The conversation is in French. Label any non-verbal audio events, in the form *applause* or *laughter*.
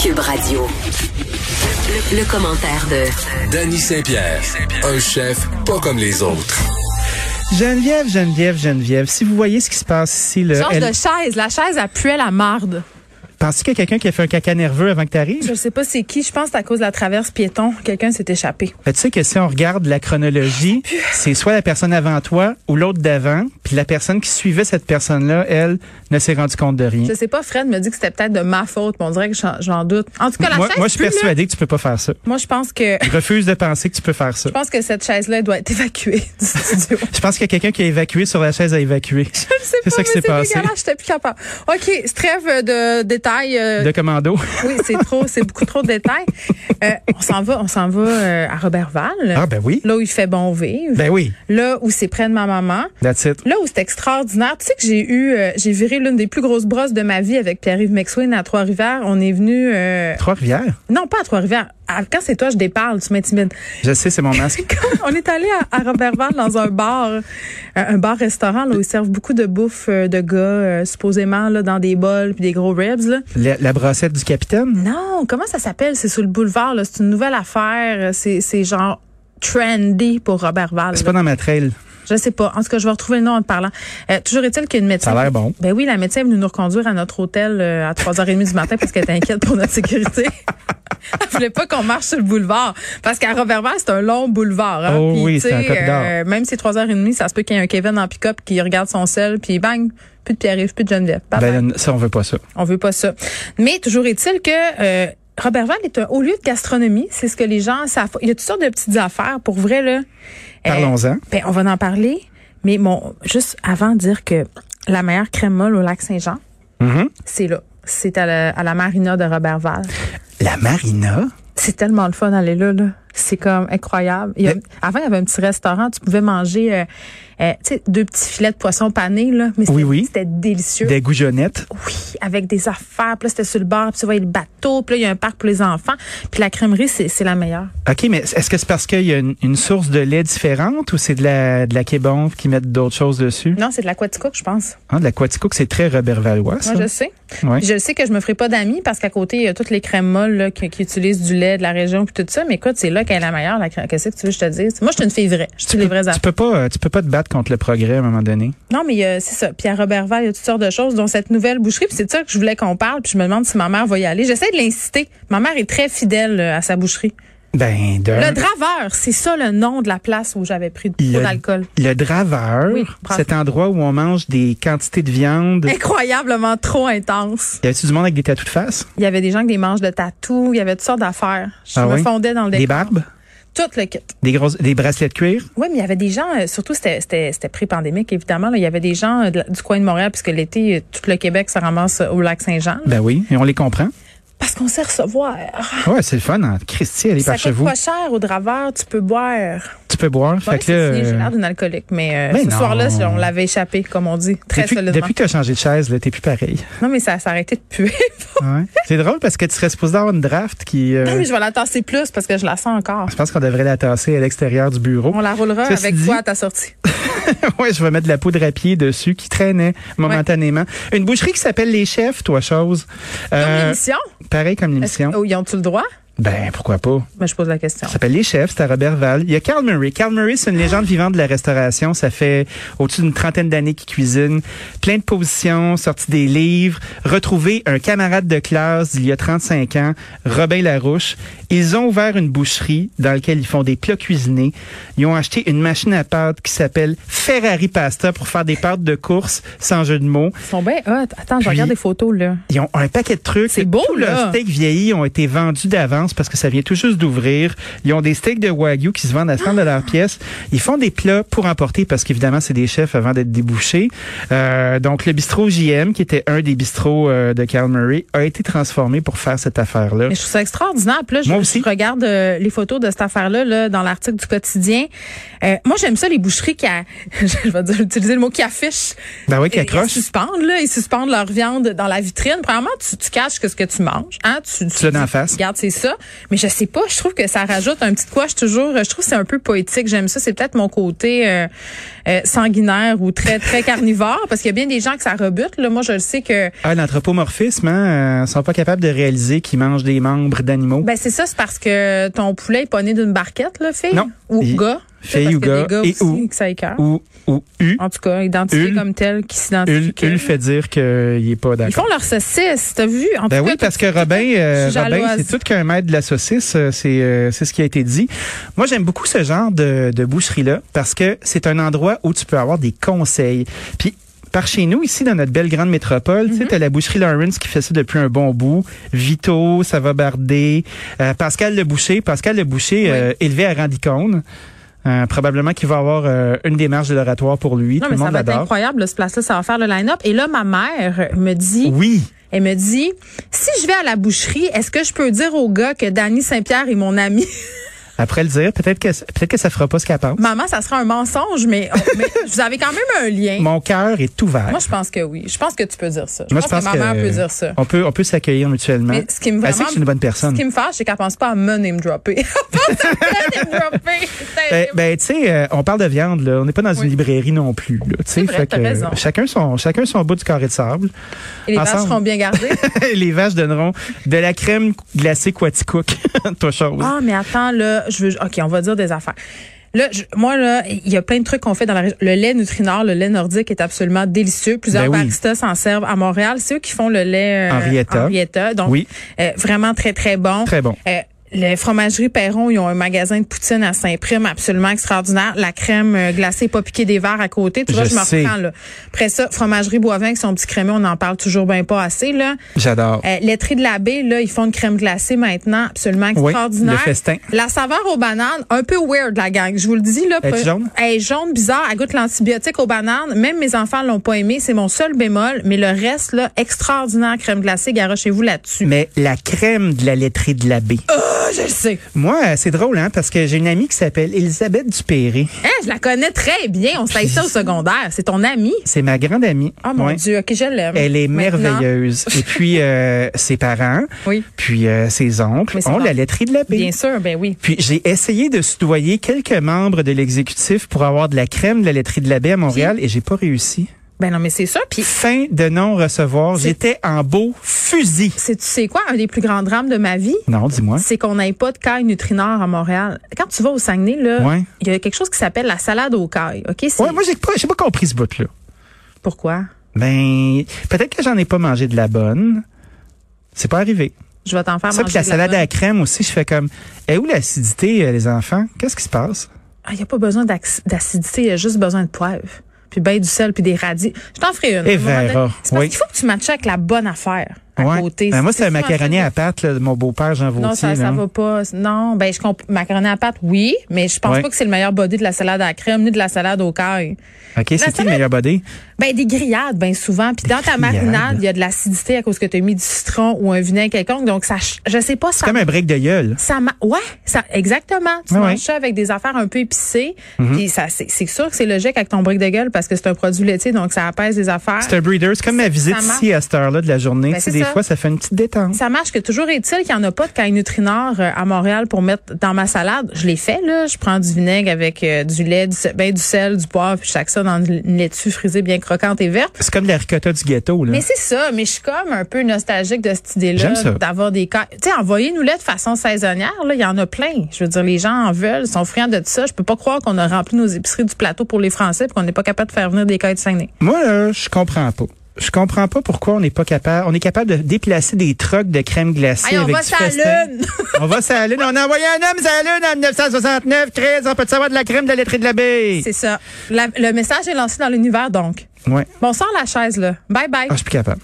Cube Radio. Le, le commentaire de Danny Saint-Pierre, un chef pas comme les autres. Geneviève, Geneviève, Geneviève, si vous voyez ce qui se passe ici, là, Change Euh, elle- de chaise. La chaise, elle puait la marde. pensez qu'il y a quelqu'un qui a fait un caca nerveux avant que tu arrives? Je sais pas c'est qui. Je pense que c'est à cause de la traverse piéton. Quelqu'un s'est échappé. tu sais que si on regarde la Ah, chronologie, c'est soit la personne avant toi ou l'autre d'avant, puis la personne qui suivait cette personne-là, elle, ne s'est rendue compte de rien. Je sais pas, Fred me dit que c'était peut-être de ma faute, mais on dirait que j'en- j'en doute. En tout cas, la Moi, chaise. moi, je suis pue, là. persuadée que tu peux pas faire ça. Moi, je pense que. Je refuse de penser que tu peux faire ça. Je pense que cette chaise-là elle doit être évacuée du *laughs* studio. Je pense qu'il y a quelqu'un qui a évacué sur la chaise à évacuer. *laughs* Je sais C'est pas, ça qui mais s'est passé. dégueulasse, J'étais plus capable. OK, c'est trêve de détails. euh, De commando. Oui, c'est trop, c'est beaucoup trop de détails. Euh, on s'en va, on s'en va euh, à Robertval. Ah, ben oui. Là où il fait bon vivre. Ben oui. Là où c'est près de ma maman. That's it. Là où c'est extraordinaire, tu sais que j'ai eu, euh, j'ai viré l'une des plus grosses brosses de ma vie avec Pierre-Yves Maxwin à Trois-Rivières. On est venu, euh, Trois-Rivières. non pas à Trois-Rivières. À- Quand c'est toi, je déparle, tu m'intimides. *laughs* Je sais, c'est mon masque. Quand on est allé à, à Robertval dans un bar, euh, un bar-restaurant là où ils servent beaucoup de bouffe euh, de gars, euh, supposément là dans des bols puis des gros ribs là. La, la brassette du capitaine. Non, comment ça s'appelle C'est sur le boulevard là. C'est une nouvelle affaire. C'est, c'est genre trendy pour Robertval. C'est pas dans ma trail. Je sais pas. En tout cas, je vais retrouver le nom en te parlant. Euh, toujours est-il qu'il y a une médecin. Ça a l'air bon. Ben oui, la médecin est venue nous reconduire à notre hôtel euh, à 3h30 du matin parce qu'elle était inquiète pour notre sécurité. *laughs* Elle voulait pas qu'on marche sur le boulevard. Parce qu'à Roberval, c'est un long boulevard. hein. Oh Puis, oui, tu sais, euh, c'est un corridor. Même si c'est 3h30, ça se peut qu'il y ait un Kevin en pick-up qui regarde son sel, puis bang, plus de Pierre-Yves, plus de Geneviève. Bye bye. Ben, ça, on veut pas ça. On veut pas ça. Mais toujours est-il que euh, Robertval est un haut lieu de gastronomie. C'est ce que les gens savent. Il y a toutes sortes de petites affaires pour vrai là. Euh, Parlons-en. ben, on va en parler. Mais bon, juste avant de dire que la meilleure crème molle au lac Saint-Jean, Mm-hmm. c'est là. C'est à la, à la marina de Robertval. La marina. C'est tellement le fun d'aller là, là. C'est comme incroyable. Il y a- Mais- avant, il y avait un petit restaurant, tu pouvais manger euh, euh, tu sais, deux petits filets de poisson pané, là. Mais c'était Oui, oui. c'était délicieux. Des goujonnettes. Oui, avec des affaires. Puis là, c'était sur le bord, puis tu voyais le bateau, puis là, il y a un parc pour les enfants. Puis la crèmerie, c'est c'est la meilleure. OK, mais est-ce que c'est parce qu'il y a une, une source de lait différente ou c'est de la, de la québonve qui mettent d'autres choses dessus? Non, c'est de l'aquaticook, je pense. Ah, de la Quaticook, c'est très Robert Valois, ça. Moi, je sais. Ouais. Puis Je sais que je me ferai pas d'amis parce qu'à côté, il y a toutes les crèmes molles là, qui, qui utilisent du lait de la région puis tout ça. Mais écoute, c'est là qu'elle est la meilleure. La crème. Qu'est-ce que tu veux que je te dise? Moi, je suis une fille vraie. Je suis les vraies Tu affaires. peux pas, euh, tu peux pas te battre contre le progrès à un moment donné. Non, mais euh, c'est ça. Puis à Robertval, il y a toutes sortes de choses, dont cette nouvelle boucherie. Puis c'est de ça que je voulais qu'on parle. Puis je me demande si ma mère va y aller. J'essaie de l'inciter. Ma mère est très fidèle euh, à sa boucherie. Ben, de, Le Draveur, c'est ça le nom de la place où j'avais pris trop Le- d'alcool. le draveur, Oui, bravo. Eh. cet endroit où on mange des quantités de viande. Incroyablement trop intense. Y avait-tu du monde avec des tatous de face? Il y avait des gens avec des manches de tatou. Il y avait toutes sortes d'affaires. Je Ah me oui? fondais dans le Des décor. barbes? Tout le kit. Des grosses, des bracelets de cuir? Oui, mais il y avait des gens, euh, surtout c'était c'était c'était pré-pandémique évidemment, là, il y avait des gens euh, de la- du coin de Montréal puisque l'été euh, tout le Québec se ramasse euh, au lac Saint-Jean Ben oui, et on les comprend. parce qu'on sait recevoir. Ouais, c'est le fun. Hein. Christy, elle est Ça par chez coûte vous. pas cher au draveur, tu peux boire. Tu peux boire. Bon, là, fait que là, c'est signé, j'ai euh, l'air d'une alcoolique, mais euh, Mais ce non. soir-là, on l'avait échappé comme on dit, très depuis, solidement. depuis que tu as changé de chaise, là, t'es plus *laughs* pareil. Non mais ça s'est arrêté de puer. *laughs* Ouais. C'est drôle parce que tu serais supposé avoir une draft qui. euh, Non, mais je vais la tasser plus parce que je la sens encore. Je pense qu'on devrait la tasser à l'extérieur du bureau. On la roulera Ceci avec dit- toi à ta sortie. *laughs* ouais, je vais mettre de la poudre à pied dessus qui traînait momentanément. Une boucherie qui s'appelle Les Chefs, toi, chose. Comme Euh, l'émission. pareil comme Est-ce que- l'émission. oh, ils ont-tu le droit? Ben, pourquoi pas? Mais je pose la question. Ça s'appelle Les Chefs, c'est à Robert Val. Il y a Carl Murray. Carl Murray, c'est une légende vivante de la restauration. Ça fait au-dessus d'une trentaine d'années qu'il cuisine. Plein de positions, sorti des livres, retrouvé un camarade de classe d'il y a 35 ans, Robin Larouche. Ils ont ouvert une boucherie dans laquelle ils font des plats cuisinés. Ils ont acheté une machine à pâtes qui s'appelle Ferrari Pasta pour faire des pâtes de course sans jeu de mots. Ils sont bien hot. Attends, je Euh, Puis- regarde des photos là. Ils ont un paquet de trucs. C'est beau, Tous là. leurs steaks vieillis ont été vendus d'avance parce que ça vient tout juste d'ouvrir. Ils ont des steaks de Wagyu qui se vendent à 100 dollars pièce. Ils font des plats pour emporter parce qu'évidemment, c'est des chefs avant d'être débouchés. Euh, donc, le bistrot JM, qui était un des bistrots euh, de Carl Murray, a été transformé pour faire cette affaire-là. Mais je trouve ça extraordinaire. Puis là, je, Moi aussi. je regarde euh, les photos de cette affaire-là là, dans l'article du quotidien. Euh, moi, j'aime ça, les boucheries qui, a- *laughs* je vais dire, utiliser le mot qui affiche. Ben oui, qui Ils- Ils accroche. suspendent, là, ils suspendent leur viande dans la vitrine. Premièrement, tu, tu caches que ce que tu manges. Hein? Tu, l'as dans la face. Regarde, c'est ça. ça. Mais je sais pas, je trouve que ça rajoute un petit quoi. Je toujours, je trouve que c'est un peu poétique. J'aime ça. C'est peut-être mon côté euh, euh, sanguinaire ou *laughs* très très carnivore, parce qu'il y a bien des gens que ça rebute. Là, moi, je le sais que Ah, l'anthropomorphisme, hein, euh, sont pas capables de réaliser qu'ils mangent des membres d'animaux. ben c'est ça, c'est parce que ton poulet est pas né d'une barquette, là, fille Non. ou Et- gars. Fille Parce ou qu'il y a gars, des gars et aussi ou, que ça écoeure. ou, ou, u. En tout cas, identifié Ul- comme tel, qui Ul, s'identifie. Ah, que- Ul fait dire qu'il est pas Ils d'accord. font leur saucisse, t'as vu? En Ben tout oui, cas, parce tout- que Robin, euh, Je suis Robin, jalouse. c'est tout qu'un maître de la saucisse, euh, c'est euh, c'est ce qui a été dit. Moi, j'aime beaucoup ce genre de, de boucherie-là parce que c'est un endroit où tu peux avoir des conseils. Puis par chez nous, ici, dans notre belle grande métropole, Mhm. tu sais, t'as la boucherie Lawrence qui fait ça depuis un bon bout. Vito, ça va barder. Euh, Pascal Le Boucher, Pascal Le Boucher, Oui. euh, élevé à Randicône. Euh, probablement qu'il va avoir euh, une démarche de l'oratoire pour lui. Tout Non, mais le ça monde va être l'adore. incroyable, là, ce place-là, ça va faire le line-up. Et là, ma mère me dit, Oui. elle me dit, si je vais à la boucherie, est-ce que je peux dire au gars que Danny Saint-Pierre est mon ami? *laughs* Après le dire, peut-être que, peut-être que ça fera pas ce qu'elle pense. Maman, ça sera un mensonge, mais, oh, *laughs* mais vous avez quand même un lien. Mon cœur est ouvert. Moi, je pense que oui. Je pense que tu peux dire ça. Je Moi, pense que ma mère peut dire ça. On peut, on peut s'accueillir mutuellement. Mais ce qui me Elle vraiment, sait que je suis une bonne personne. Ce qui me fâche, c'est qu'elle pense pas à me name dropper. *laughs* Elle pense *laughs* à me name dropper. C'est Eh, terrible. ben, tu sais, euh, on parle de viande, là. On n'est pas dans une Oui. librairie non plus, là. Tu sais, vrai, fait t'as que, raison. chacun son, chacun son bout du carré de sable. *laughs* Et les vaches ensemble. seront bien gardées. Les vaches donneront de la crème glacée Quaticook. *laughs* Toi, chose. Ah, mais attends, là, je veux. OK, on va dire des affaires. Là, je- moi, là, il y a plein de trucs qu'on fait dans la région. Le lait Nutrinor, le lait nordique est absolument délicieux. Plusieurs Ben oui. baristas s'en servent à Montréal. C'est eux qui font le lait euh, Henrietta. Henrietta. Donc, Oui. euh, vraiment très, très bon. Très bon. Euh, les fromageries Perron, ils ont un magasin de poutine à Saint-Prime absolument extraordinaire. La crème euh, glacée pas piquée des verres à côté. Tu vois, Je je, me sais. reprends, là. Après ça, fromagerie Boivin avec son petit crémé, on en parle toujours bien pas assez, là. J'adore. Euh, laiterie de l'abbé, là, ils font une crème glacée maintenant, absolument Oui, extraordinaire. le festin. La saveur aux bananes, un peu weird, la gang. Je vous le dis, là. Elle est pre- jaune? Elle est jaune, bizarre. Elle goûte l'antibiotique aux bananes. Même mes enfants l'ont pas aimé. C'est mon seul bémol. Mais le reste, là, extraordinaire crème glacée. Garochez-vous là-dessus. Mais la crème de la laiterie de l'abbé. Ah, je le sais. Moi, euh, c'est drôle, hein, parce que j'ai une amie qui s'appelle Elisabeth Dupéré. Hein, je la connais très bien. On s'est ça au secondaire. C'est ton amie. C'est ma grande amie. Ah, mon Ouais. Dieu. OK, je l'aime. Elle est Maintenant, merveilleuse. *laughs* Et puis, euh, ses parents, Oui. puis euh, ses oncles Mais son ont la enfant. laiterie de l'abbé. Bien sûr, ben oui. Puis j'ai essayé de soudoyer quelques membres de l'exécutif pour avoir de la crème de la laiterie de l'abbé à Montréal et j'ai pas réussi. Ben non, mais c'est ça. Puis Fin de non-recevoir. C'est- J'étais en beau fusil. c'est, tu sais quoi, un des plus grands drames de ma vie? Non, dis-moi. c'est qu'on n'ait pas de caille nutrinor à Montréal. Quand tu vas au Saguenay, là, il Ouais. y a quelque chose qui s'appelle la salade aux cailles. OK? C'est- Ouais, moi j'ai pas, j'ai pas compris ce bout-là. Pourquoi? Ben, peut-être que j'en ai pas mangé de la bonne. C'est pas arrivé. Je vais t'en faire Ça, manger puis la de salade à bonne. la crème aussi, je fais comme, et où l'acidité, euh, les enfants? Qu'est-ce qui se passe? Ah, Il n'y a pas besoin d'ac- d'acidité, il y a juste besoin de poivre. Puis ben du sel, puis des radis. Je t'en ferai une. Et À un moment donné, verra. C'est parce Oui. qu'il faut que tu matches avec la bonne affaire à Ouais. côté. Ben, moi, c'est un souvent macaroni ça. à pâte là, de mon beau-père, Jean Vautier. Non, ça, ça là. va pas. Non, ben je comprends. Macaroni à pâte, oui, mais je pense Ouais. pas que c'est le meilleur body de la salade à la crème ni de la salade aux cailles. OK, c'est qui salade- le meilleur body? Ben des grillades, ben souvent. Puis dans ta grillades. marinade, il y a de l'acidité à cause que tu as mis du citron ou un vinaigre quelconque. Donc ça, ch- je sais pas ça. Comme un break de gueule. Ça ma- ouais, ça exactement. Tu Ouais, Mm-hmm. manges ouais. ça avec des affaires un peu épicées. Puis ça, c'est c'est sûr que c'est logique avec ton brique de gueule parce que c'est un produit laitier, donc ça apaise les affaires. C'est un breeder. C'est comme ma visite marche. ici à cette heure-là de la journée. Ben, Tu sais, c'est des ça. fois, ça fait une petite détente. Ça marche que toujours est-il qu'il n'y en a pas de caille nutrinor euh, à Montréal pour mettre dans ma salade. Je l'ai fait, là. Je prends du vinaigre avec euh, du lait, du, se- ben, du sel, du poivre, puis je sac ça dans une laitue frisée bien croquante et verte. C'est comme de la ricotta du ghetto. Là. Mais c'est ça, mais je suis comme un peu nostalgique de cette Hein? J'aime ça. idée-là d'avoir des cas. Tu sais, envoyez-nous-les de façon saisonnière, là, il y en a plein. Je veux dire, les gens en veulent, sont friands de ça. Je peux pas croire qu'on a rempli nos épiceries du plateau pour les Français et qu'on n'est pas capable de faire venir des cas de Saguenay. Moi, là, je comprends pas. Je comprends pas pourquoi on n'est pas capable. On est capable de déplacer des trucks de crème glacée Hey, on avec va du sur la festin. Lune. *laughs* on va sur la lune. On a envoyé un homme sur la lune en 1969. 13, on peut savoir de la crème de la laiterie de l'abeille. C'est ça. La- le message est lancé dans l'univers, donc. Ouais. Bon, sors la chaise, là. Bye bye. Ah, je suis plus capable.